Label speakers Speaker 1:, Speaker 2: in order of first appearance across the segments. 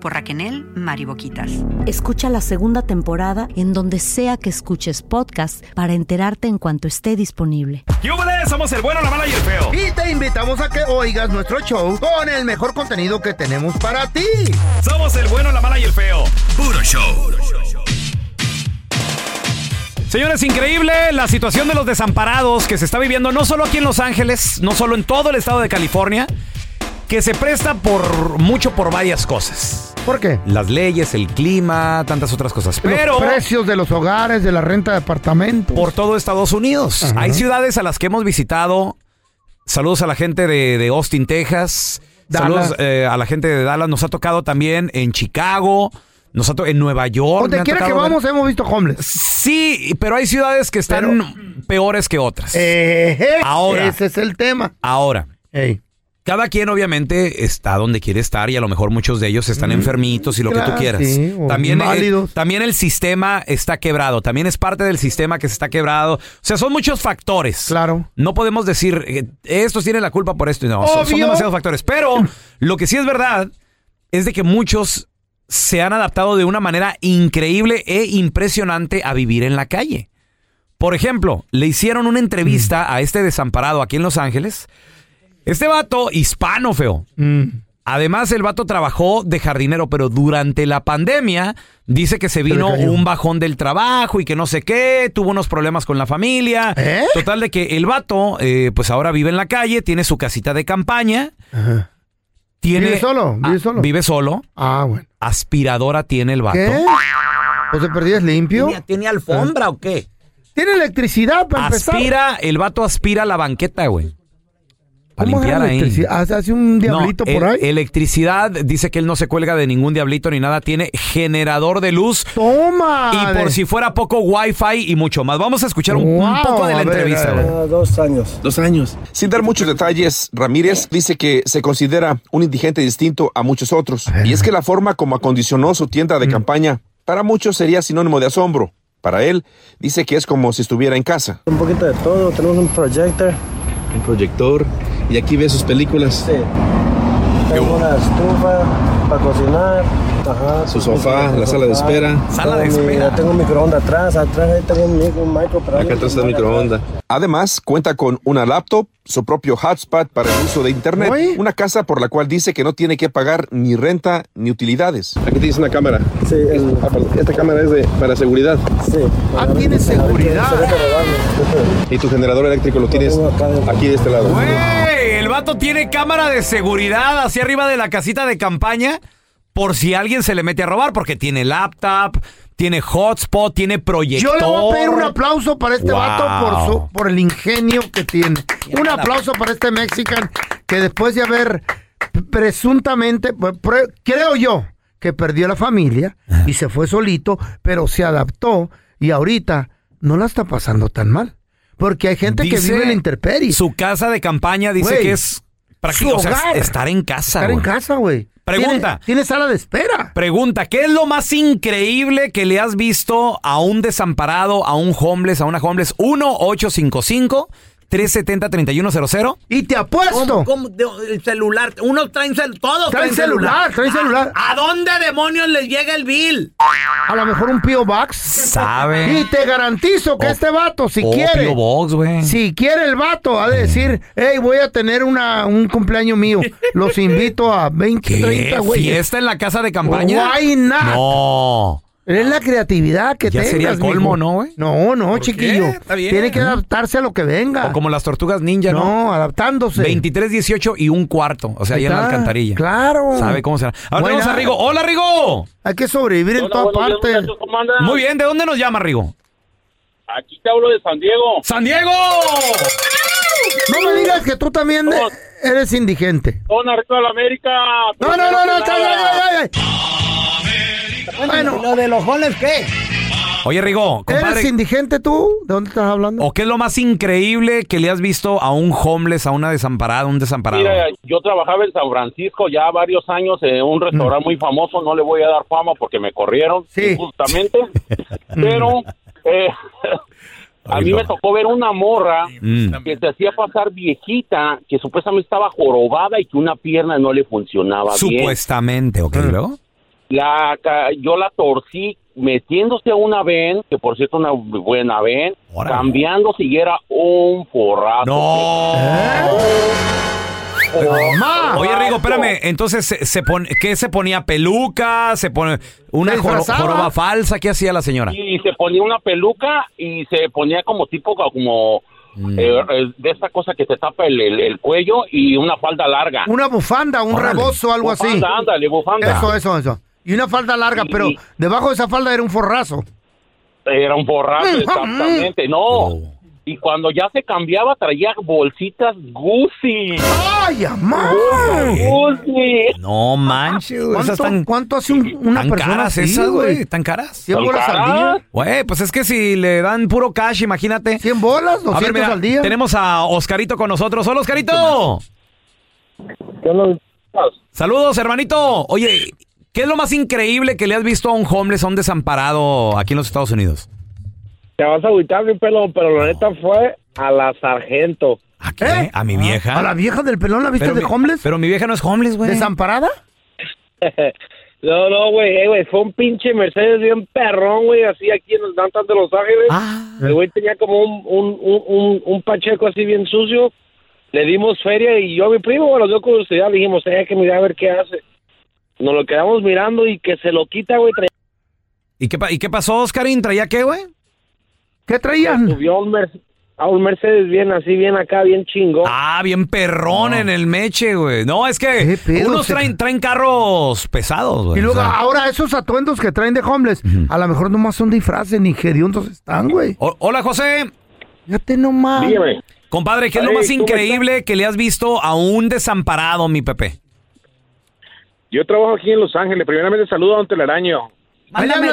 Speaker 1: por Raquenel Mariboquitas.
Speaker 2: Escucha la segunda temporada en donde sea que escuches podcast para enterarte en cuanto esté disponible.
Speaker 3: ¡Yúbales! Somos el bueno, la mala y el feo.
Speaker 4: Y te invitamos a que oigas nuestro show con el mejor contenido que tenemos para ti.
Speaker 3: Somos el bueno, la mala y el feo. Puro show. Señores, increíble la situación de los desamparados que se está viviendo no solo aquí en Los Ángeles, no solo en todo el estado de California, que se presta por mucho por varias cosas.
Speaker 4: ¿Por qué?
Speaker 3: Las leyes, el clima, tantas otras cosas. Pero
Speaker 4: los precios de los hogares, de la renta de apartamentos.
Speaker 3: por todo Estados Unidos.
Speaker 4: Pues. Ajá.
Speaker 3: Hay ciudades a las que hemos visitado. Saludos a la gente de, de Austin, Texas.
Speaker 4: Dallas.
Speaker 3: Saludos eh, a la gente de Dallas. Nos ha tocado también en Chicago. Nos ha to- en Nueva York. me
Speaker 4: Donde
Speaker 3: ha
Speaker 4: quiera que
Speaker 3: tocado ver-
Speaker 4: vamos, hemos visto homeless.
Speaker 3: Sí, pero hay ciudades que están peores que otras.
Speaker 4: Eh. Eje,
Speaker 3: Eh, Ahora.
Speaker 4: Ese es el tema.
Speaker 3: Ahora,
Speaker 4: Ey,
Speaker 3: cada quien obviamente está donde quiere estar y a lo mejor muchos de ellos están enfermitos y lo que tú
Speaker 4: Mm. claro,
Speaker 3: quieras.
Speaker 4: sí, o
Speaker 3: también, el,
Speaker 4: inválidos.
Speaker 3: también el sistema está quebrado, también es parte del sistema que se está quebrado. O sea, son muchos factores.
Speaker 4: Claro.
Speaker 3: No podemos decir, eh, estos tienen la culpa por esto. No, son, son
Speaker 4: Obvio.
Speaker 3: demasiados factores. Pero lo que sí es verdad es de que muchos se han adaptado de una manera increíble e impresionante a vivir en la calle. Por ejemplo, le hicieron una entrevista a este desamparado aquí en Los Ángeles. Este vato, hispano feo. Además, el vato trabajó de jardinero, pero durante la pandemia dice que se vino
Speaker 4: cayó.
Speaker 3: un bajón del trabajo y que no sé qué, tuvo unos problemas con la familia.
Speaker 4: ¿Eh?
Speaker 3: Total de que el vato, eh, pues ahora vive en la calle, tiene su casita de campaña.
Speaker 4: Ajá.
Speaker 3: Tiene,
Speaker 4: ¿Vive solo?
Speaker 3: Ah,
Speaker 4: ¿Vive solo?
Speaker 3: Vive solo.
Speaker 4: Ah, bueno.
Speaker 3: Aspiradora tiene el vato.
Speaker 4: ¿Qué? ¿O se perdías limpio?
Speaker 3: alfombra o qué?
Speaker 4: Tiene electricidad para empezar.
Speaker 3: Aspira, el vato aspira la banqueta, güey. Para
Speaker 4: ¿Cómo
Speaker 3: limpiar
Speaker 4: agarra
Speaker 3: ahí.
Speaker 4: electricidad? Hace, hace un
Speaker 3: No,
Speaker 4: diablito por
Speaker 3: el-
Speaker 4: ahí.
Speaker 3: Electricidad, dice que él no se cuelga de ningún diablito ni nada, tiene generador de luz.
Speaker 4: Toma.
Speaker 3: Y por
Speaker 4: de-
Speaker 3: si fuera poco, wifi y mucho más. Vamos a escuchar un, un
Speaker 4: Wow,
Speaker 3: poco de la
Speaker 4: a ver,
Speaker 3: entrevista.
Speaker 4: a ver.
Speaker 3: güey.
Speaker 5: Dos años.
Speaker 6: Sin dar muchos detalles, Ramírez dice que se considera un indigente distinto a Mm. muchos otros. Y es que la forma como acondicionó su tienda de campaña para muchos sería sinónimo de asombro. Para él, dice que es como si estuviera en casa.
Speaker 7: Un poquito de todo, tenemos un proyector,
Speaker 5: Un proyector. Y aquí ve sus películas.
Speaker 7: sí. Tengo una estufa para cocinar. Ajá,
Speaker 5: Su sofá, la sala de espera.
Speaker 3: Sala de
Speaker 7: Tengo mi-
Speaker 3: espera.
Speaker 7: Tengo un microondas atrás, atrás ahí tengo un micro, un micro para
Speaker 5: Acá atrás está el microondas.
Speaker 6: Además, cuenta con una laptop, su propio hotspot para el uso de Internet,
Speaker 4: Oye.
Speaker 6: una casa por la cual dice que no tiene que pagar ni renta ni utilidades.
Speaker 5: Aquí tienes una cámara.
Speaker 7: Sí, el-
Speaker 5: Ah, perdón, Esta cámara es de, para seguridad.
Speaker 7: sí.
Speaker 4: Ah, tiene seguridad.
Speaker 5: Y tu generador eléctrico lo tienes aquí de este lado.
Speaker 3: Güey, el vato tiene cámara de seguridad hacia arriba de la casita de campaña por si alguien se le mete a robar, porque tiene laptop, tiene hotspot, tiene proyector.
Speaker 4: Yo le voy a pedir un aplauso para este
Speaker 3: Wow.
Speaker 4: vato por, su, por el ingenio que tiene. Un aplauso para este mexican que después de haber presuntamente, pues, pre- creo yo, que perdió la familia y se fue solito, pero se adaptó y ahorita no la está pasando tan mal. Porque hay gente que
Speaker 3: Dice
Speaker 4: vive en la intemperie.
Speaker 3: Su casa de campaña dice
Speaker 4: Güey,
Speaker 3: que es práctico,
Speaker 4: su
Speaker 3: o sea,
Speaker 4: hogar.
Speaker 3: estar en casa.
Speaker 4: Estar en
Speaker 3: güey.
Speaker 4: casa, güey.
Speaker 3: Pregunta.
Speaker 4: Tiene, tiene sala de espera.
Speaker 3: Pregunta, ¿qué es lo más increíble que le has visto a un desamparado, a un homeless, a una homeless? 1-855-370-3100.
Speaker 4: Y te apuesto.
Speaker 8: ¿Cómo? De- el celular. Uno trae cel, todos
Speaker 4: Traen celular, traen celular.
Speaker 8: ¿A, a dónde demonios les llega el bill?
Speaker 4: A lo mejor un P.O. Box.
Speaker 3: ¿Sabe?
Speaker 4: Y te garantizo que
Speaker 3: O-
Speaker 4: este vato, si
Speaker 3: Oh,
Speaker 4: quiere,
Speaker 3: P.O. Box, güey.
Speaker 4: si quiere el vato, ha de decir, hey, voy a tener una, un cumpleaños mío. Los invito a 20,
Speaker 3: ¿Qué?
Speaker 4: 30, güey.
Speaker 3: ¿Fiesta en la casa de campaña?
Speaker 4: Why not?
Speaker 3: No.
Speaker 4: Es la creatividad que
Speaker 3: Ya
Speaker 4: tengas,
Speaker 3: sería el colmo,
Speaker 4: mijo.
Speaker 3: ¿no, güey?
Speaker 4: No, no,
Speaker 3: ¿Por qué?
Speaker 4: chiquillo.
Speaker 3: Está bien.
Speaker 4: Tiene que adaptarse a lo que venga.
Speaker 3: O como las tortugas ninja,
Speaker 4: no,
Speaker 3: ¿no?
Speaker 4: adaptándose.
Speaker 3: 23, 18 y un cuarto. O sea, ahí en la
Speaker 4: Está,
Speaker 3: alcantarilla.
Speaker 4: Claro.
Speaker 3: ¿Sabe cómo será? Ahora
Speaker 4: Why
Speaker 3: tenemos a
Speaker 4: not?
Speaker 3: Rigo. ¡Hola, Rigo!
Speaker 4: Hay que sobrevivir en toda parte.
Speaker 3: Muy bien, ¿de dónde nos llama, Rigo?
Speaker 9: Aquí te hablo de San Diego.
Speaker 3: ¡San Diego!
Speaker 4: No me digas que tú también eh, eres indigente.
Speaker 9: Zona Arriba de la América.
Speaker 4: No, no, no, no,
Speaker 9: Primero que
Speaker 4: ay,
Speaker 9: nada,
Speaker 4: ay, ay, ay. Bueno, ¿lo de los goles qué?
Speaker 3: Oye, Rigo, compadre,
Speaker 4: ¿Eres indigente tú? ¿De dónde estás hablando?
Speaker 3: ¿o qué es lo más increíble que le has visto a un homeless, a una desamparada, un desamparado?
Speaker 9: Mira, yo trabajaba en San Francisco ya varios años en un restaurante muy famoso, no le voy a dar fama porque me corrieron injustamente, pero eh, a mí me tocó ver una morra que se hacía pasar viejita, que supuestamente estaba jorobada y que una pierna no le funcionaba bien.
Speaker 3: Supuestamente, ¿ok?
Speaker 4: Mm.
Speaker 3: luego?
Speaker 9: La, ca- yo la torcí metiéndose a una ven, que por cierto una buena ven, cambiando si era un forrazo.
Speaker 3: ¡No!
Speaker 9: ¡Mamá!
Speaker 3: Oye, Rigo, espérame. Entonces, se, se pon- ¿qué se ponía? ¿Peluca? ¿Se pone una
Speaker 9: Se
Speaker 3: joro-
Speaker 9: disfrazaba.
Speaker 3: joroba falsa? ¿Qué hacía la señora?
Speaker 9: Y se ponía una peluca y se ponía como tipo como eh, eh, de esta cosa que te tapa el, el- el cuello y una falda larga.
Speaker 4: Una bufanda, un rebozo, algo así.
Speaker 9: Bufanda, ándale, bufanda.
Speaker 4: Eso, eso, eso. Y una falda larga, pero debajo de esa falda era un forrazo.
Speaker 9: Era un
Speaker 4: Mm,
Speaker 9: borracho, exactamente. No. Y cuando ya se cambiaba, traía bolsitas Gucci.
Speaker 4: ¡Ay, amá!
Speaker 9: Gucci.
Speaker 3: No manches, güey, esas
Speaker 4: ¿Cuánto,
Speaker 3: están
Speaker 4: cuánto hace un- una
Speaker 3: tan
Speaker 4: persona
Speaker 3: caras
Speaker 4: así,
Speaker 3: esas, güey. ¿Tan caras?
Speaker 4: ¿Cien ¿Tan bolas al caras? día?
Speaker 3: Güey, pues es que si le dan puro cash, imagínate.
Speaker 4: ¿100 bolas?
Speaker 3: A ver,
Speaker 4: ¿200
Speaker 3: mira,
Speaker 4: al día?
Speaker 3: Tenemos a Oscarito con nosotros. ¡Hola, Oscarito! Saludos, hermanito. Oye, ¿qué es lo más increíble que le has visto a un homeless, a un desamparado aquí en los Estados Unidos?
Speaker 10: Te vas a agüitar, mi pelo, pero la neta fue a la sargento.
Speaker 3: ¿A qué? ¿A mi vieja?
Speaker 4: ¿Eh? ¿A la vieja del pelón la viste
Speaker 3: Pero
Speaker 4: de
Speaker 3: mi-
Speaker 4: homeless?
Speaker 3: Pero mi vieja no es homeless, güey.
Speaker 4: ¿Desamparada?
Speaker 10: no, no, güey, eh, güey, fue un pinche Mercedes bien perrón, güey, así aquí en el downtown de Los Ángeles.
Speaker 3: Ah.
Speaker 10: El güey tenía como un, un, un, un, un pacheco así bien sucio. Le dimos feria y yo a mi primo, bueno, dio curiosidad, le dijimos, eh, hay que mirar a ver qué hace. Nos lo quedamos mirando y que se lo quita, güey, traía
Speaker 3: ¿Y qué, pa- ¿Y qué pasó, Oscarín? ¿Traía qué, güey?
Speaker 4: ¿Qué traían?
Speaker 10: Subió a un, Mer- a un Mercedes bien así, bien acá, bien chingón.
Speaker 3: Ah, bien perrón en el meche, güey. No, es que
Speaker 4: pedo,
Speaker 3: unos
Speaker 4: se-
Speaker 3: traen, traen carros pesados, güey.
Speaker 4: Y luego,
Speaker 3: O sea,
Speaker 4: ahora esos atuendos que traen de homeless, a lo mejor nomás son disfraces, ni hediondos están, güey.
Speaker 3: o- Hola, José.
Speaker 4: Fíjate nomás.
Speaker 3: Compadre, ¿qué es lo
Speaker 4: Ay,
Speaker 3: más
Speaker 4: ¿cómo
Speaker 3: increíble que le has visto a un desamparado, mi Pepe?
Speaker 10: Yo trabajo aquí en Los Ángeles. Primeramente saludo a Don Telaraño.
Speaker 4: Mándame,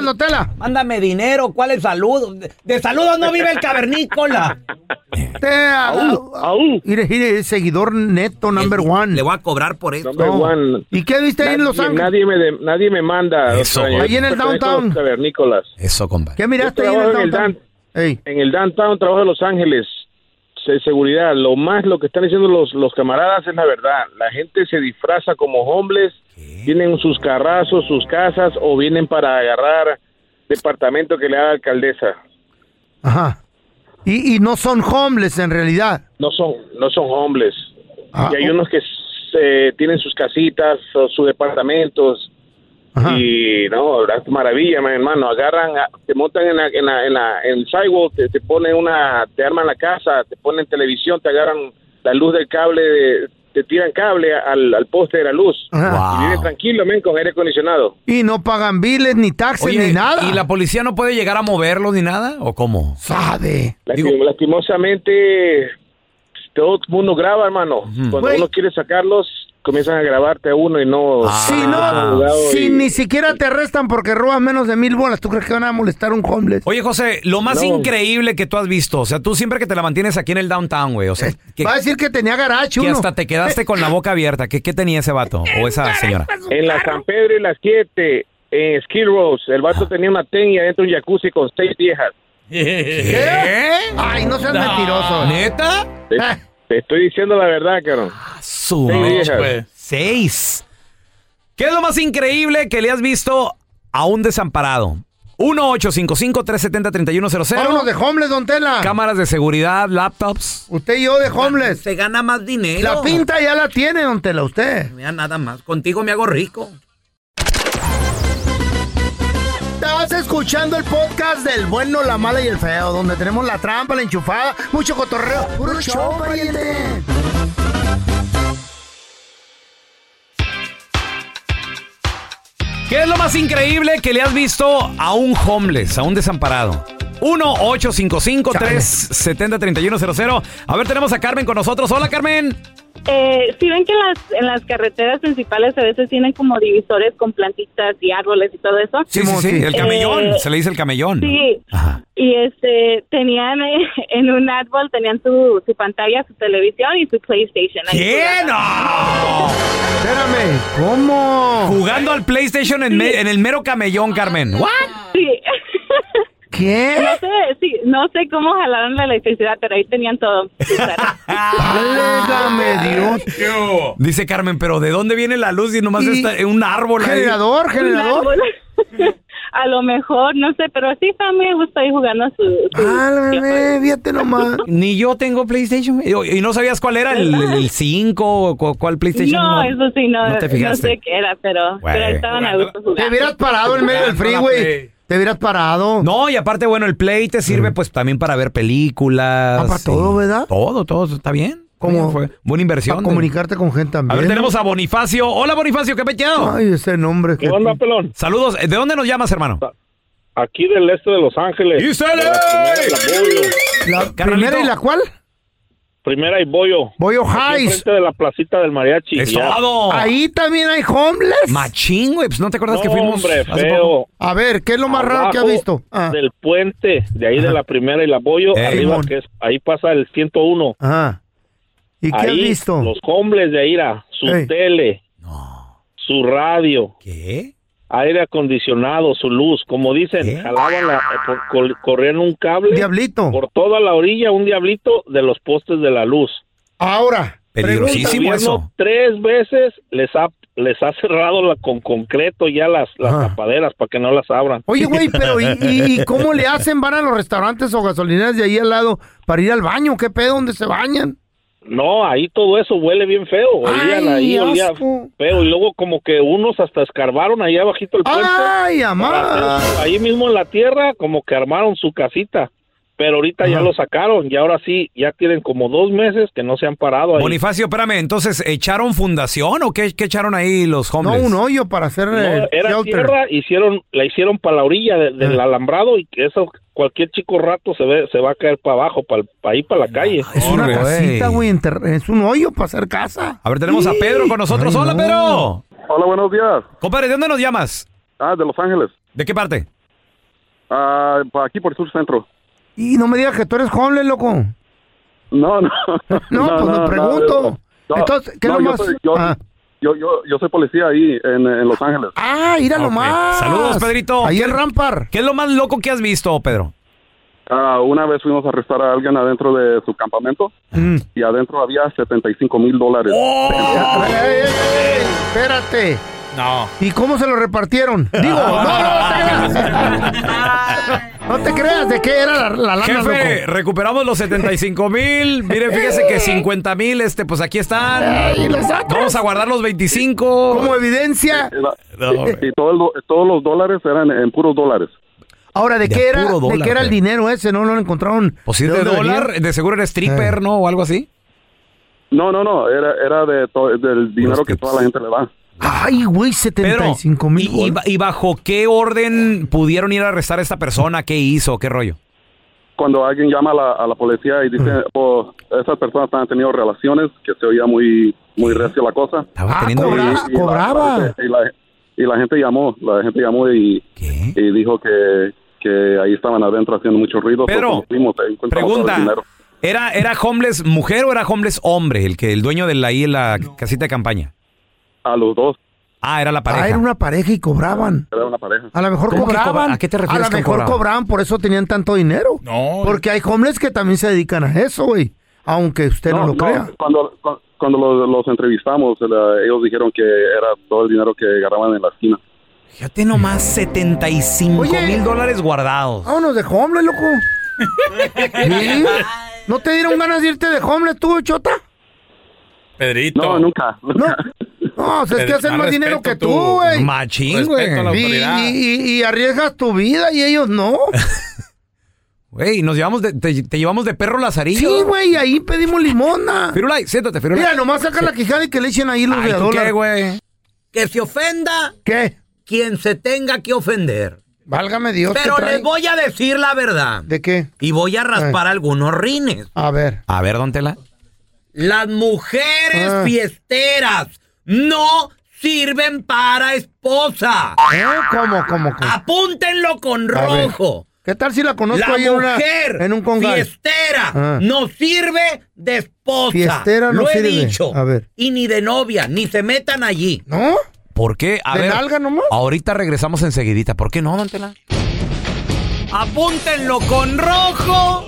Speaker 8: Mándame dinero, ¿cuál es saludo? De saludos no vive el cavernícola.
Speaker 4: Te, Mire, mire, seguidor neto, number
Speaker 3: Eh,
Speaker 4: one. Le
Speaker 3: voy a cobrar por eso.
Speaker 10: Number one.
Speaker 4: ¿Y qué viste ahí en Los
Speaker 10: Nadie-
Speaker 4: Ángeles?
Speaker 10: Nadie me, de- nadie me manda.
Speaker 3: Eso,
Speaker 10: Don Telaraño.
Speaker 3: güey. Ahí en el
Speaker 10: Yo pertenezco a
Speaker 4: downtown.
Speaker 10: los Cavernícolas.
Speaker 3: Eso, compadre.
Speaker 4: ¿Qué miraste
Speaker 10: Yo
Speaker 4: ahí en el
Speaker 10: trabajo
Speaker 4: downtown?
Speaker 10: En el downtown trabajo de Los Ángeles. Se- seguridad, lo más lo que están diciendo los, los camaradas es la verdad. La gente se disfraza como hombres, tienen sus carrazos, sus casas o vienen para agarrar departamento que le da la alcaldesa.
Speaker 4: Ajá. Y, y no son homeless en realidad.
Speaker 10: No son, no son hombres.
Speaker 4: Ah,
Speaker 10: y hay
Speaker 4: oh.
Speaker 10: unos que se- tienen sus casitas o sus departamentos. Y no, la maravilla, mi hermano. Agarran, a- te montan en, la, en, la, en, la- en el sidewalk, te, te ponen una, te arman la casa, te ponen televisión, te agarran la luz del cable, de- te tiran cable al, al poste de la luz. Y viven tranquilo, men, con aire acondicionado.
Speaker 4: Y no pagan biles, ni taxes,
Speaker 3: Oye,
Speaker 4: ni nada.
Speaker 3: ¿y la policía no puede llegar a moverlo ni nada? ¿O cómo?
Speaker 4: Sabe.
Speaker 10: Lastim- lastimosamente, todo el mundo graba, hermano. Cuando
Speaker 4: Güey.
Speaker 10: uno quiere sacarlos, comienzan a grabarte a uno y no.
Speaker 3: Ah.
Speaker 4: Si no, si ni siquiera te arrestan porque robas menos de mil bolas, ¿tú crees que van a molestar a un homeless?
Speaker 3: Oye, José, lo más
Speaker 4: No.
Speaker 3: increíble que tú has visto, o sea, tú siempre que te la mantienes aquí en el downtown, güey, o sea, que,
Speaker 4: Va a decir que tenía garacho
Speaker 3: que
Speaker 4: Eh, uno.
Speaker 3: hasta te quedaste con la boca abierta. ¿Qué, qué tenía ese vato o esa señora?
Speaker 10: En la San Pedro y las 7, en Skid Rose, el vato tenía una tenis y adentro un jacuzzi con seis viejas.
Speaker 4: ¿Qué? Ay, no seas mentiroso.
Speaker 3: ¿Neta?
Speaker 10: Te,
Speaker 4: Ah.
Speaker 10: te estoy diciendo la verdad, cabrón.
Speaker 3: Su
Speaker 10: Seis
Speaker 3: mecha, güey.
Speaker 10: viejas.
Speaker 3: Seis. ¿Qué es lo más increíble que le has visto a un desamparado? 1-855-370-3100.
Speaker 4: Vámonos de homeless, don Tela.
Speaker 3: Cámaras de seguridad, laptops.
Speaker 4: Usted y yo de homeless.
Speaker 8: Se gana más dinero.
Speaker 4: La pinta ya la tiene, don Tela, usted.
Speaker 8: Mira, nada más. Contigo me hago rico.
Speaker 4: Estás escuchando el podcast del bueno, la mala y el feo, donde tenemos la trampa, la enchufada, mucho cotorreo. ¡Puro show, pariente!
Speaker 3: ¿Qué es lo más increíble que le has visto a un homeless, a un desamparado? 1-855-370-3100. A ver, tenemos a Carmen con nosotros. Hola, Carmen.
Speaker 11: Eh, si ven que en las, en las carreteras principales a veces tienen como divisores con plantitas y árboles y todo eso.
Speaker 3: Sí, sí, sí, el camellón,
Speaker 11: Eh,
Speaker 3: se le dice el camellón.
Speaker 11: Sí, y este, tenían eh, en un árbol, tenían su, su pantalla, su televisión y su PlayStation. Ahí
Speaker 3: ¿Qué? ¡No! Espérame, ¿cómo? Jugando al PlayStation en, me- en el mero camellón, Carmen. ¿What?
Speaker 11: Sí.
Speaker 4: ¿Qué?
Speaker 11: No sé, sí, no sé cómo jalaron la electricidad, pero ahí tenían todo. Ah.
Speaker 3: Dice Carmen, pero ¿de dónde viene la luz y nomás
Speaker 11: Y-
Speaker 3: está en un árbol? ahí?
Speaker 11: Un árbol. A lo mejor, no sé, pero sí está muy a gusto ahí jugando su... su-
Speaker 3: Ah,
Speaker 4: nomás.
Speaker 3: Ni yo tengo PlayStation. Y, y no sabías cuál era, el- el 5 o cu- cuál PlayStation.
Speaker 11: No, eso sí, no,
Speaker 3: no te
Speaker 11: no
Speaker 3: fijaste.
Speaker 11: sé qué era, pero,
Speaker 3: Güey.
Speaker 11: pero ahí estaban a gusto jugando.
Speaker 4: Te hubieras parado en medio del freeway.
Speaker 3: Te hubieras parado. No, y aparte, bueno, el Play te sirve pues también para ver películas. Ah, para todo, ¿verdad? Todo, todo, está bien. ¿Cómo? Fue buena inversión.
Speaker 4: Para comunicarte con gente también.
Speaker 3: A ver, tenemos a Bonifacio. Hola, Bonifacio, qué peteado.
Speaker 4: Ay, ese nombre.
Speaker 3: ¿Qué
Speaker 4: onda,
Speaker 3: pelón? Saludos. ¿De dónde nos llamas, hermano?
Speaker 12: Aquí del este de Los Ángeles.
Speaker 3: ¿Y ustedes?
Speaker 4: La primera y la cual?
Speaker 12: Primera y Boyo.
Speaker 4: Boyo Ah,
Speaker 12: Aquí
Speaker 4: Highs.
Speaker 12: enfrente de la placita del mariachi.
Speaker 3: Es
Speaker 12: ya.
Speaker 3: todo.
Speaker 4: Ahí también hay homeless.
Speaker 3: Machín, güey. Pues no te acuerdas
Speaker 12: No, que fuimos hombre, hace feo. poco?
Speaker 4: A ver, ¿qué es lo más raro que ha
Speaker 12: Abajo
Speaker 4: visto? Ah,
Speaker 12: Del puente, de ahí de la primera y la Boyo,
Speaker 4: Ey,
Speaker 12: arriba
Speaker 4: mon.
Speaker 12: que es, ahí pasa el 101.
Speaker 4: ah. ¿Y qué has
Speaker 12: Ahí,
Speaker 4: visto?
Speaker 12: Los hombres de ahí, era, su
Speaker 4: Ey.
Speaker 12: tele, su radio. Aire acondicionado, su luz, como dicen, jalaban la, eh, por- col- corrían un cable.
Speaker 4: Diablito.
Speaker 12: Por toda la orilla, un diablito de los postes de la luz.
Speaker 4: Ahora.
Speaker 12: El
Speaker 3: Peligrosísimo
Speaker 12: gobierno
Speaker 3: eso.
Speaker 12: Tres veces les ha, les ha cerrado la, con concreto ya las, las tapaderas para que no las abran.
Speaker 4: Ah. Oye, güey, pero ¿y, y, y cómo le hacen? ¿Van a los restaurantes o gasolineras de ahí al lado para ir al baño? ¿Qué pedo? ¿Dónde se bañan?
Speaker 12: No, ahí todo eso huele bien feo. Olían
Speaker 4: Ay,
Speaker 12: ahí, olía
Speaker 4: asco.
Speaker 12: feo. Y luego como que unos hasta escarbaron ahí abajito el puente.
Speaker 4: Ay,
Speaker 12: Para
Speaker 4: amá.
Speaker 12: hacer- Ahí mismo en la tierra como que armaron su casita. Pero ahorita ya
Speaker 3: Ajá.
Speaker 12: lo sacaron y ahora sí, ya tienen como dos meses que no se han parado ahí.
Speaker 3: Bonifacio, espérame, entonces, ¿echaron fundación o qué, qué echaron ahí los hombres?
Speaker 4: hoyo para hacer eh,
Speaker 12: No, era tierra, hicieron, la hicieron para la orilla de- del
Speaker 4: Ah.
Speaker 12: alambrado y que eso cualquier chico rato se ve, se va a caer para abajo, para ahí para la calle.
Speaker 4: Ah, Es una casita, güey. enter- Es un hoyo para hacer casa.
Speaker 3: A ver, tenemos a Pedro con nosotros.
Speaker 4: Ay,
Speaker 3: Hola,
Speaker 4: no.
Speaker 3: Pedro.
Speaker 13: Hola, buenos días.
Speaker 3: Compadre, ¿de dónde nos llamas?
Speaker 13: Ah, de Los Ángeles.
Speaker 3: ¿De qué parte?
Speaker 13: Ah, pa- aquí por el sur centro.
Speaker 4: Y no me digas que tú eres homeless, loco.
Speaker 13: No, no. No,
Speaker 4: pues me pregunto.
Speaker 13: no.
Speaker 4: Entonces, ¿qué
Speaker 13: No,
Speaker 4: es lo
Speaker 13: yo
Speaker 4: más?
Speaker 13: soy- yo-
Speaker 4: Ah.
Speaker 13: Yo, yo, yo soy policía ahí en, en Los Ángeles.
Speaker 4: Ah, ir a lo más.
Speaker 3: Saludos, Pedrito.
Speaker 4: Ahí
Speaker 3: ¿Qué-
Speaker 4: en Rampar.
Speaker 3: ¿Qué es lo más loco que has visto, Pedro?
Speaker 13: Ah, una vez fuimos a arrestar a alguien adentro de su campamento y adentro había 75 mil dólares.
Speaker 3: Oh.
Speaker 4: Oh.
Speaker 3: Ah.
Speaker 4: Espérate.
Speaker 3: No.
Speaker 4: ¿Y cómo se lo repartieron? Digo, no, no, no te creas. No te creas, ¿de qué era la, la lana,
Speaker 3: Jefe,
Speaker 4: loco?
Speaker 3: recuperamos los 75 mil. Miren, fíjese que 50 mil, este, pues aquí están.
Speaker 4: Ay, los otros.
Speaker 3: Vamos a guardar los 25.
Speaker 4: Como evidencia.
Speaker 13: Era-
Speaker 3: No,
Speaker 13: y y todo el do- todos los dólares eran en puros dólares.
Speaker 4: Ahora, ¿de,
Speaker 13: De
Speaker 4: qué era,
Speaker 13: puro
Speaker 4: de
Speaker 13: dólar,
Speaker 4: qué era el
Speaker 13: pero.
Speaker 4: dinero ese? ¿No lo encontraron?
Speaker 3: Pues si es de
Speaker 4: dónde venía? Eh.
Speaker 3: dólar, de seguro eres stripper, ¿no? O algo así.
Speaker 13: No, no, no, era, era de to-
Speaker 5: Pues
Speaker 13: del dinero que toda la gente le da.
Speaker 4: Ay, güey, 75 mil.
Speaker 3: ¿Y, y ba- y bajo qué orden pudieron ir a arrestar a esta persona? ¿Qué hizo? ¿Qué rollo?
Speaker 13: cuando alguien llama a la, a la policía y dice, oh, esas personas han tenido relaciones, que se oía muy, muy recio la cosa.
Speaker 4: Ah,
Speaker 3: teniendo
Speaker 13: Y-
Speaker 3: relaciones.
Speaker 13: y la-
Speaker 3: cobraba.
Speaker 13: la gente- Y la, y la gente llamó, la gente llamó y, y dijo que, que ahí estaban adentro haciendo mucho ruido.
Speaker 3: Pedro,
Speaker 13: Entonces, nos fuimos, ahí encontramos todo el
Speaker 3: pregunta.
Speaker 13: dinero.
Speaker 3: ¿Era, ¿Era homeless mujer o era homeless hombre? El que el dueño de la, ahí la casita de campaña.
Speaker 13: A los dos.
Speaker 3: Ah, era la pareja.
Speaker 4: Ah, era una pareja y cobraban.
Speaker 13: Era una pareja.
Speaker 4: A lo mejor
Speaker 3: ¿Cómo que
Speaker 4: cobraban.
Speaker 3: cobra- a qué te refieres
Speaker 4: A lo
Speaker 3: con
Speaker 4: mejor
Speaker 3: cobraban?
Speaker 4: cobraban? por eso tenían tanto dinero.
Speaker 3: No.
Speaker 4: Porque hay hombres que también se dedican a eso, güey. Aunque usted no, lo crea.
Speaker 13: Cuando, cu- cuando los, los entrevistamos, la- ellos dijeron que era todo el dinero que agarraban en la esquina.
Speaker 3: Fíjate nomás, 75 mil dólares guardados.
Speaker 4: Vámonos de homeless, loco. ¿Sí? ¿No te dieron ganas de irte de homeless tú, chota?
Speaker 14: Pedrito.
Speaker 13: No, nunca.
Speaker 4: No, o sea, es
Speaker 3: Eh,
Speaker 4: que hacen más dinero que tú, güey.
Speaker 3: Machín,
Speaker 4: güey.
Speaker 3: güey.
Speaker 4: Y, y- y- y arriesgas tu vida y ellos no.
Speaker 3: Güey, nos llevamos de- te, te llevamos de perro lazarillo.
Speaker 4: Sí, güey, y ahí pedimos limona.
Speaker 3: Firulai, siéntate, Firulai.
Speaker 4: Mira, nomás saca la quijada y que le echen ahí los
Speaker 3: Ay,
Speaker 4: de a
Speaker 3: ¿tú
Speaker 4: dólar.
Speaker 3: qué, güey?
Speaker 15: que se ofenda
Speaker 4: ¿Qué?
Speaker 15: quien se tenga que ofender.
Speaker 4: Válgame Dios.
Speaker 15: Pero
Speaker 4: ¿qué trae?
Speaker 15: les voy a decir la verdad.
Speaker 4: ¿De qué?
Speaker 15: Y voy a raspar algunos rines.
Speaker 4: A ver.
Speaker 3: A ver, don Tela. Las mujeres
Speaker 16: Ah.
Speaker 3: fiesteras no sirven para esposa.
Speaker 4: ¿Eh? ¿Cómo, cómo, cómo?
Speaker 3: Apúntenlo con
Speaker 4: A ver,
Speaker 3: Ah, rojo.
Speaker 4: ¿Qué tal si la conozco
Speaker 3: la
Speaker 4: ahí en, una-
Speaker 3: mujer
Speaker 4: en un congal?
Speaker 3: fiestera
Speaker 4: Ah.
Speaker 3: no sirve de esposa.
Speaker 4: Fiestera no
Speaker 3: Lo
Speaker 4: sirve.
Speaker 3: he dicho.
Speaker 4: A ver.
Speaker 3: Y ni de novia, ni se metan allí.
Speaker 4: ¿No?
Speaker 11: ¿Por qué? A
Speaker 3: ¿De
Speaker 11: ver,
Speaker 3: nalga nomás?
Speaker 11: ahorita regresamos enseguidita. ¿Por qué no, Don Tela?
Speaker 16: Apúntenlo con rojo.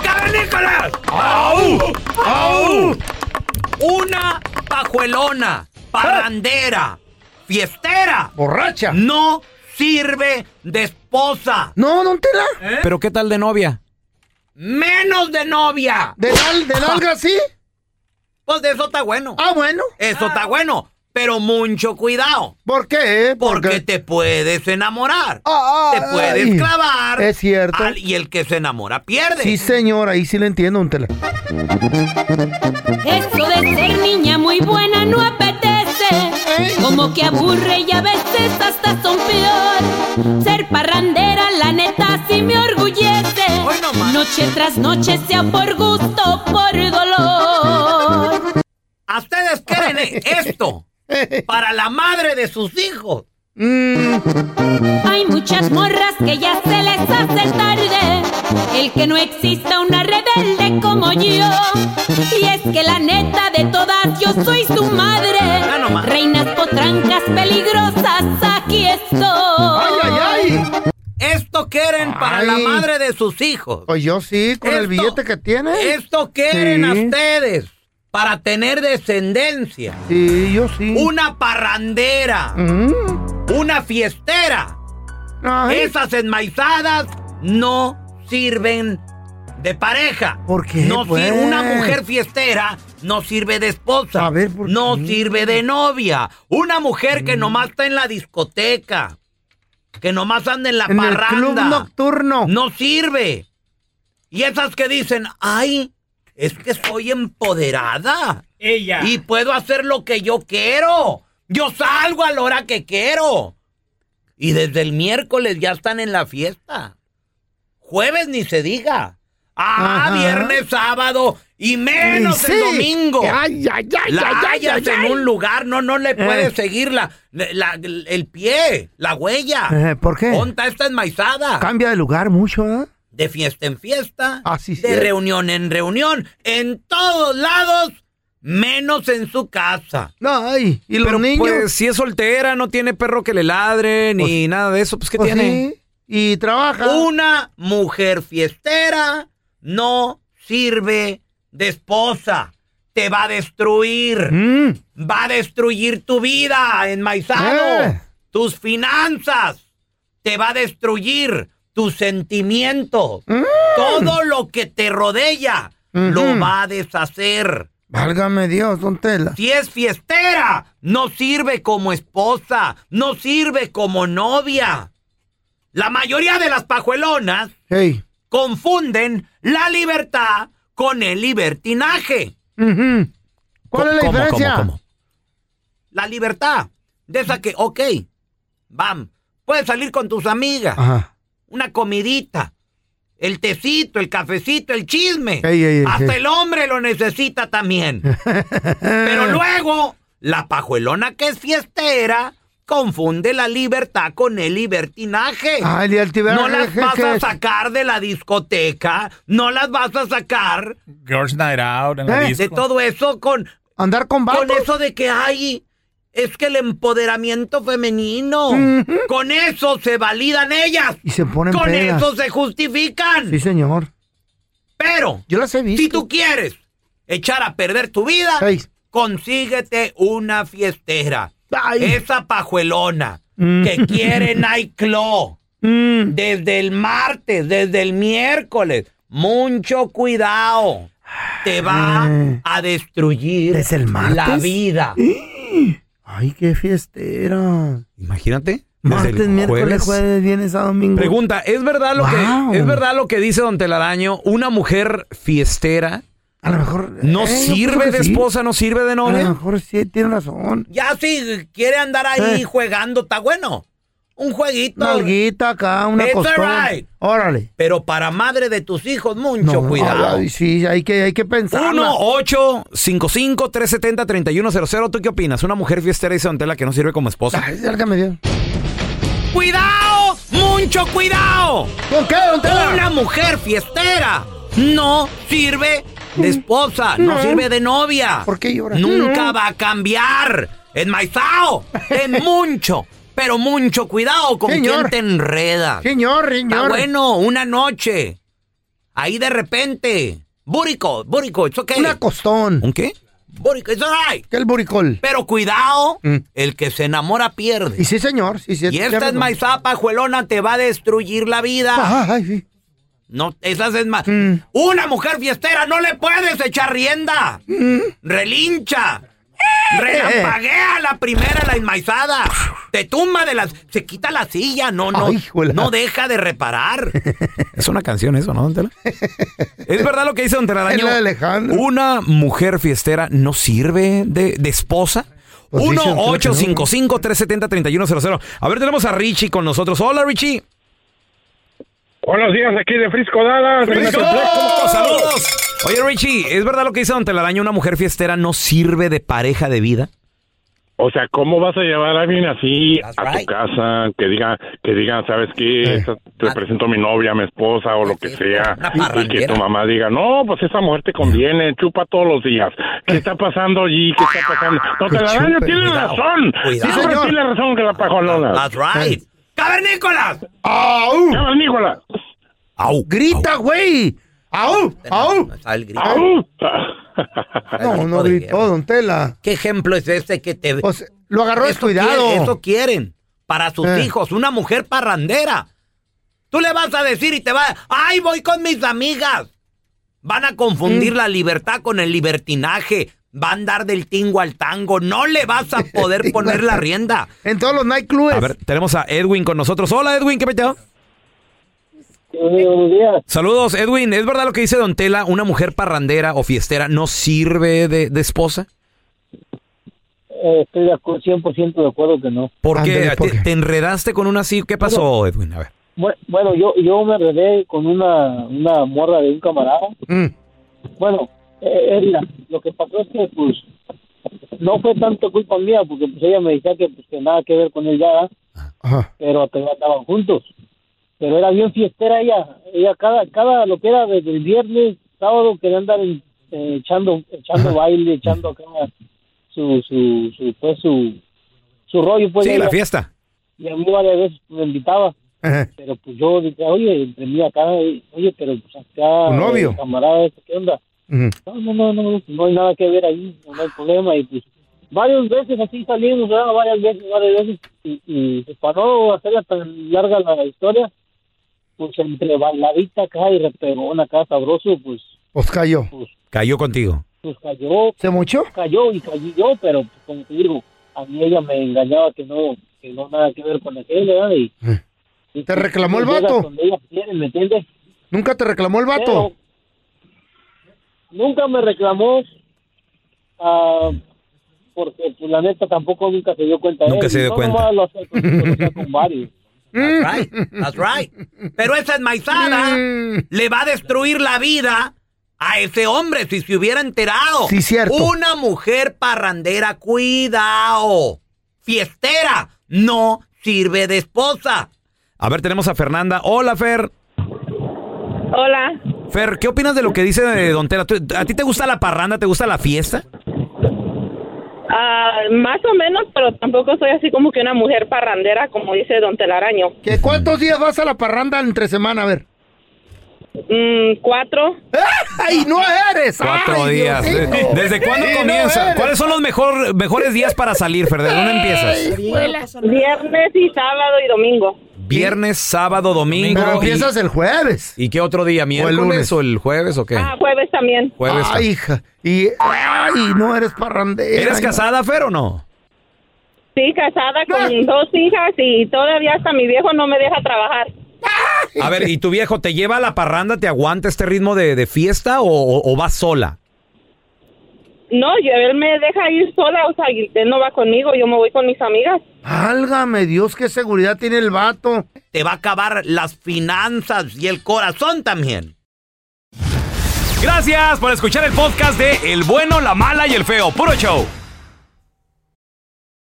Speaker 16: ¡Cavernícolas!
Speaker 3: ¡Au! ¡Au! Una pajuelona, parrandera, fiestera.
Speaker 4: Borracha.
Speaker 3: No sirve de esposa.
Speaker 4: No, don Tela.
Speaker 3: ¿Eh?
Speaker 11: ¿Pero qué tal de novia?
Speaker 3: Menos de novia.
Speaker 4: ¿De, nal-
Speaker 3: Ah.
Speaker 4: de nalga sí?
Speaker 3: Pues de eso está bueno.
Speaker 4: Ah, bueno.
Speaker 3: Eso está bueno. Pero mucho cuidado.
Speaker 4: ¿Por qué?
Speaker 3: Porque te puedes enamorar. te puedes
Speaker 4: ay.
Speaker 3: clavar.
Speaker 4: Es cierto.
Speaker 3: Al- y el que se enamora pierde.
Speaker 4: Sí, señor, ahí sí le entiendo, don Tela.
Speaker 17: Eso de ser niña muy buena no apetece. Como que aburre y a veces hasta son peor. Ser parrandera, la neta, sí me orgullece. Noche tras noche, sea por gusto o por dolor.
Speaker 3: ¿A ustedes quieren esto para la madre de sus hijos?
Speaker 17: Hay muchas morras que ya se les hace tarde. El que no exista una rebelde como yo. Y es que la neta de todas yo soy su madre. Reinas potrancas peligrosas, aquí estoy.
Speaker 3: Esto quieren para la
Speaker 4: Ay.
Speaker 3: madre de sus hijos.
Speaker 4: Pues yo sí, con el billete que tiene.
Speaker 3: Esto quieren a
Speaker 4: Sí.
Speaker 3: ustedes para tener descendencia.
Speaker 4: Sí, yo sí. Mm.
Speaker 3: Una parrandera. Una fiestera. Esas enmaizadas no sirven de pareja.
Speaker 4: ¿Por qué,
Speaker 3: No sir-
Speaker 4: pues?
Speaker 3: una mujer fiestera no sirve de esposa. no sirve de novia. Una mujer
Speaker 4: Mm.
Speaker 3: que nomás está en la discoteca. Que nomás anda en la
Speaker 4: En el
Speaker 3: parranda.
Speaker 4: club nocturno.
Speaker 3: No sirve. Y esas que dicen, ay, es que soy empoderada. Ella. Y puedo hacer lo que yo quiero. Yo salgo a la hora que quiero. Y desde el miércoles ya están en la fiesta. Jueves ni se diga. Ah,
Speaker 16: Ajá.
Speaker 3: viernes, sábado y menos
Speaker 16: Y
Speaker 3: el
Speaker 16: sí.
Speaker 3: domingo.
Speaker 16: Ay, ay, ay,
Speaker 3: la
Speaker 16: ay, ay,
Speaker 3: hallas
Speaker 16: ay,
Speaker 3: en
Speaker 16: ay.
Speaker 3: un lugar, no, no le puedes
Speaker 16: Eh.
Speaker 3: seguir la, la- el pie, la huella.
Speaker 4: Eh, ¿por qué?
Speaker 3: Ponta esta enmaizada.
Speaker 4: Cambia de lugar mucho, ¿ah? ¿verdad?
Speaker 3: De fiesta en fiesta.
Speaker 4: Así
Speaker 3: de reunión en reunión. En todos lados, menos en su casa.
Speaker 4: Ay, ¿y los
Speaker 11: Pero,
Speaker 4: niños?
Speaker 11: Pues, si es soltera, no tiene perro que le ladre ni nada de eso, pues ¿qué
Speaker 4: Pues
Speaker 11: tiene?
Speaker 4: sí, Y trabaja.
Speaker 3: Una mujer fiestera no sirve de esposa. Te va a destruir.
Speaker 4: Mm.
Speaker 3: Va a destruir tu vida, enmaizado.
Speaker 4: Eh.
Speaker 3: Tus finanzas. Te va a destruir tus sentimientos. Todo lo que te rodea lo
Speaker 4: Mm. Ujú.
Speaker 3: va a deshacer.
Speaker 4: Válgame Dios, don Tela.
Speaker 3: Si es fiestera, no sirve como esposa, no sirve como novia. La mayoría de las pajuelonas
Speaker 4: Hey.
Speaker 3: confunden la libertad con el libertinaje.
Speaker 4: Ujú. ¿Cuál es la
Speaker 3: ¿Cómo, cómo,
Speaker 4: diferencia?
Speaker 3: cómo? La libertad, de esa que, ok, bam, puedes salir con tus amigas,
Speaker 4: Ajá.
Speaker 3: una comidita, el tecito, el cafecito, el chisme.
Speaker 4: Ey, ey, ey,
Speaker 3: Hasta
Speaker 4: ey.
Speaker 3: el hombre lo necesita también. Pero luego, la pajuelona que es fiestera confunde la libertad con el libertinaje.
Speaker 4: Ah, el libertinaje,
Speaker 3: No las
Speaker 4: ¿qué
Speaker 3: vas a
Speaker 4: es?
Speaker 3: sacar de la discoteca, no las vas a sacar
Speaker 18: Girls Night Out en la
Speaker 3: ¿Eh?
Speaker 18: disco.
Speaker 3: de todo eso con
Speaker 4: andar con
Speaker 3: con eso de que hay es que el empoderamiento femenino con eso se validan ellas
Speaker 4: Y se ponen
Speaker 3: con
Speaker 4: pedas.
Speaker 3: eso se justifican
Speaker 4: Sí, señor.
Speaker 3: pero
Speaker 4: Yo las he visto.
Speaker 3: si tú quieres echar a perder tu vida
Speaker 4: Ey.
Speaker 3: consíguete una fiestera esa pajuelona
Speaker 4: Mm.
Speaker 3: que quiere nightclub Mm. desde el martes desde el miércoles mucho cuidado te va a destruir
Speaker 4: Ah. ¿Desde el martes?
Speaker 3: la vida.
Speaker 4: Ay, qué fiestera.
Speaker 11: Imagínate.
Speaker 4: Martes,
Speaker 11: desde el
Speaker 4: miércoles,
Speaker 11: jueves.
Speaker 4: jueves, viernes a domingo.
Speaker 11: Pregunta, ¿es verdad lo
Speaker 4: Wow.
Speaker 11: que es verdad lo que dice Don Telaraño? Una mujer fiestera
Speaker 4: a lo mejor
Speaker 11: no
Speaker 4: eh, yo
Speaker 11: sirve
Speaker 4: creo
Speaker 11: de
Speaker 4: que sí. Ah.
Speaker 11: esposa, no sirve de
Speaker 4: A lo
Speaker 11: novia.
Speaker 4: mejor sí, tiene razón.
Speaker 3: Ya si quiere andar ahí
Speaker 4: Eh.
Speaker 3: jugando, está bueno. un jueguito.
Speaker 4: Nalguita acá, una
Speaker 3: It's
Speaker 4: costona.
Speaker 3: alright.
Speaker 4: Órale.
Speaker 3: Pero para madre de tus hijos, mucho
Speaker 4: No,
Speaker 3: cuidado.
Speaker 4: ay, sí, hay que, hay que pensar.
Speaker 7: 1-855-370-3100. ¿Tú qué opinas? Una mujer fiestera y la que no sirve como esposa.
Speaker 3: ¡Cuidado! ¡Mucho cuidado!
Speaker 4: ¿Con qué,
Speaker 3: Una mujer fiestera no sirve de esposa, no,
Speaker 19: No.
Speaker 3: sirve de novia.
Speaker 19: ¿Por qué llora?
Speaker 3: Nunca
Speaker 19: No.
Speaker 3: va a cambiar. En Maizao, en mucho, pero mucho cuidado con
Speaker 4: Señor.
Speaker 3: quien te enreda.
Speaker 4: Señor,
Speaker 3: Está
Speaker 4: señor.
Speaker 3: bueno, una noche. Ahí de repente. Burico, burico, it's okay.
Speaker 4: Una costón.
Speaker 7: ¿Un qué?
Speaker 3: Burico, it's alright.
Speaker 4: ¿Qué el buricol?
Speaker 3: Pero cuidado,
Speaker 19: Mm.
Speaker 3: el que se enamora pierde.
Speaker 4: Y sí, señor. Sí, sí,
Speaker 3: Y esta es maizá pajuelona, te va a destruir la vida.
Speaker 4: Ay, sí.
Speaker 3: No, esas es más. Una mujer fiestera no le puedes echar rienda. Relincha. Eh. Relampaguea la primera, la enmaizada. Te tumba de las. Se quita la silla. No, no. no deja de reparar.
Speaker 7: Es una canción eso, ¿no, don Tela? es verdad lo que dice don Tela
Speaker 3: Es
Speaker 7: Daño.
Speaker 3: la de
Speaker 7: Una mujer fiestera no sirve de, de esposa.
Speaker 3: Pues dicen, creo que no.
Speaker 7: 1-855-370-3100. A ver, tenemos a Richie con nosotros. Hola, Richie.
Speaker 18: Buenos días, aquí de Frisco Dallas.
Speaker 7: ¡Frisco! ¡Saludos! Oye, Richie, ¿es verdad lo que dice Don Telaraño? ¿Una mujer fiestera no sirve de pareja de vida?
Speaker 18: O sea, ¿cómo vas a llevar a alguien así a tu casa? Que diga, que diga, ¿sabes qué?
Speaker 3: Eh,
Speaker 18: Esta- Te presento a mi novia, a mi esposa o lo que sea. Y- Y que tu mamá diga, no, pues esa mujer te conviene, chupa todos los días. ¿Qué está pasando allí? ¿Qué está pasando? No,
Speaker 3: Que
Speaker 18: te la daño,
Speaker 3: chupe.
Speaker 18: tiene
Speaker 3: Cuidado,
Speaker 18: razón.
Speaker 3: cuidado.
Speaker 18: Siempre
Speaker 3: Sí, señor.
Speaker 18: tiene razón que la pajolona.
Speaker 3: That's right. ¡Cavernícolas!
Speaker 4: ¡Au!
Speaker 18: ¡Cavernícolas!
Speaker 3: ¡Au!
Speaker 4: ¡Grita, güey! ¡Au! ¡Au! No, no gritó, don Tela.
Speaker 3: ¿Qué ejemplo es este que te...
Speaker 4: lo agarró descuidado.
Speaker 3: quieren, eso quieren para sus
Speaker 4: Eh.
Speaker 3: hijos, una mujer parrandera. Tú le vas a decir y te va, ay, voy con mis amigas. Van a
Speaker 7: Mm.
Speaker 3: confundir la libertad con el libertinaje. Va a andar del tingo al tango. No le vas a poder poner la rienda.
Speaker 4: En todos los nightclubs.
Speaker 7: A ver, tenemos a Edwin con nosotros. Hola, Edwin, ¿qué peteo? Saludos, Edwin. ¿Es verdad lo que dice Don Tela? ¿Una mujer parrandera o fiestera no sirve de, de esposa?
Speaker 20: Eh, Estoy de acuerdo, 100% de acuerdo que no.
Speaker 7: ¿Por qué? ¿Te, te enredaste con una así? ¿Qué pasó, Edwin? A ver.
Speaker 20: Bue- Bueno, yo, yo me enredé con una, una morra de un camarada.
Speaker 4: Mm.
Speaker 20: Bueno, eh, eh, mira, lo que pasó es que, pues, no fue tanto culpa mía, porque pues ella me decía que, pues, que nada que ver con él ya, pero todavía estaban juntos. Pero era bien fiestera ella, ella cada, cada lo que era desde el viernes, sábado, quería andar en- eh, echando, echando baile, echando acá su, su, su, pues, su, su rollo. Pues,
Speaker 7: Sí, la
Speaker 20: ella.
Speaker 7: fiesta.
Speaker 20: Y a mí varias veces me invitaba.
Speaker 4: Eh,
Speaker 20: Pero pues yo dije, oye, entre mí acá, eh, oye, pero pues acá...
Speaker 4: ¿Tu novio?
Speaker 20: eh, Camarada, este, ¿qué onda?
Speaker 4: mm.
Speaker 20: No, no, no, no, no hay nada que ver ahí, no hay problema. Y pues varias veces así salimos, ¿verdad? varias veces, varias veces. Y, y pues, para no hacerla tan larga la historia, pues entre bailadita acá y repegón acá sabroso, pues,
Speaker 4: Os cayó.
Speaker 7: Cayó contigo.
Speaker 20: pues cayó.
Speaker 4: ¿Se mochó?
Speaker 20: Cayó y cayó yo, pero pues, como te digo, a mí ella me engañaba que no, que no nada que ver con aquel, ¿verdad? Y,
Speaker 4: ¿Te reclamó el
Speaker 20: Llegas
Speaker 4: vato?
Speaker 20: donde ellas quieren, ¿me entiendes?
Speaker 4: ¿Nunca te reclamó el vato?
Speaker 20: Pero nunca me reclamó ah, porque pues, la neta tampoco nunca se dio cuenta.
Speaker 7: Nunca
Speaker 20: él.
Speaker 7: se dio
Speaker 20: No,
Speaker 7: cuenta.
Speaker 20: nomás lo hacía con- lo hacía con varios.
Speaker 3: That's right, that's right. Pero esa enmaizada
Speaker 4: Mm.
Speaker 3: le va a destruir la vida a ese hombre si se hubiera enterado.
Speaker 4: Sí, cierto.
Speaker 3: Una mujer parrandera, cuidado. Fiestera, no sirve de esposa.
Speaker 7: A ver, tenemos a Fernanda. Hola, Fer.
Speaker 11: Hola.
Speaker 7: Fer, ¿qué opinas de lo que dice eh, Don Tela? ¿Tú- ¿A ti te gusta la parranda? ¿Te gusta la fiesta?
Speaker 11: Ah, más o menos, pero tampoco soy así como que una mujer parrandera, como dice Don Telaraño.
Speaker 4: ¿Qué, ¿Cuántos días vas a la parranda entre semana? A ver.
Speaker 11: Mm, cuatro.
Speaker 4: ¡Ay, no eres!
Speaker 7: Cuatro
Speaker 4: ¡Ay,
Speaker 7: días.
Speaker 4: Diosito!
Speaker 7: Eh, ¿Desde cuándo
Speaker 4: Sí, no
Speaker 7: comienza?
Speaker 4: eres.
Speaker 7: ¿Cuáles son los mejor- mejores días para salir, Fer? ¿De dónde empiezas?
Speaker 11: Viernes y sábado y domingo.
Speaker 7: Viernes, sábado, domingo.
Speaker 4: Pero
Speaker 7: y-
Speaker 4: empiezas el jueves.
Speaker 7: ¿Y qué otro día? ¿Miércoles o el,
Speaker 4: lunes.
Speaker 7: jueves o qué?
Speaker 11: Ah, jueves también.
Speaker 7: Jueves.
Speaker 4: Ay, hija. Y ay, no eres parrandera.
Speaker 7: ¿Eres casada, Fer, o no?
Speaker 11: Sí, casada
Speaker 20: Ah.
Speaker 11: con dos hijas y todavía hasta mi viejo no me deja trabajar.
Speaker 7: A ver, ¿y tu viejo te lleva a la parranda? ¿Te aguanta este ritmo de, de fiesta o, o- o vas sola?
Speaker 21: No, yo, él me deja ir sola, o sea, y él no va conmigo, yo me voy con mis amigas.
Speaker 4: Álgame Dios, qué seguridad tiene el vato.
Speaker 22: Te va a acabar las finanzas y el corazón también.
Speaker 3: Gracias por escuchar el podcast de El bueno, la mala y el feo. Puro show.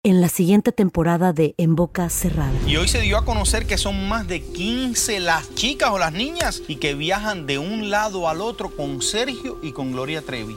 Speaker 2: En la siguiente temporada de En Boca Cerrada.
Speaker 12: Y hoy se dio a conocer que son más de 15 las chicas o las niñas y que viajan de un lado al otro con Sergio y con Gloria Trevi.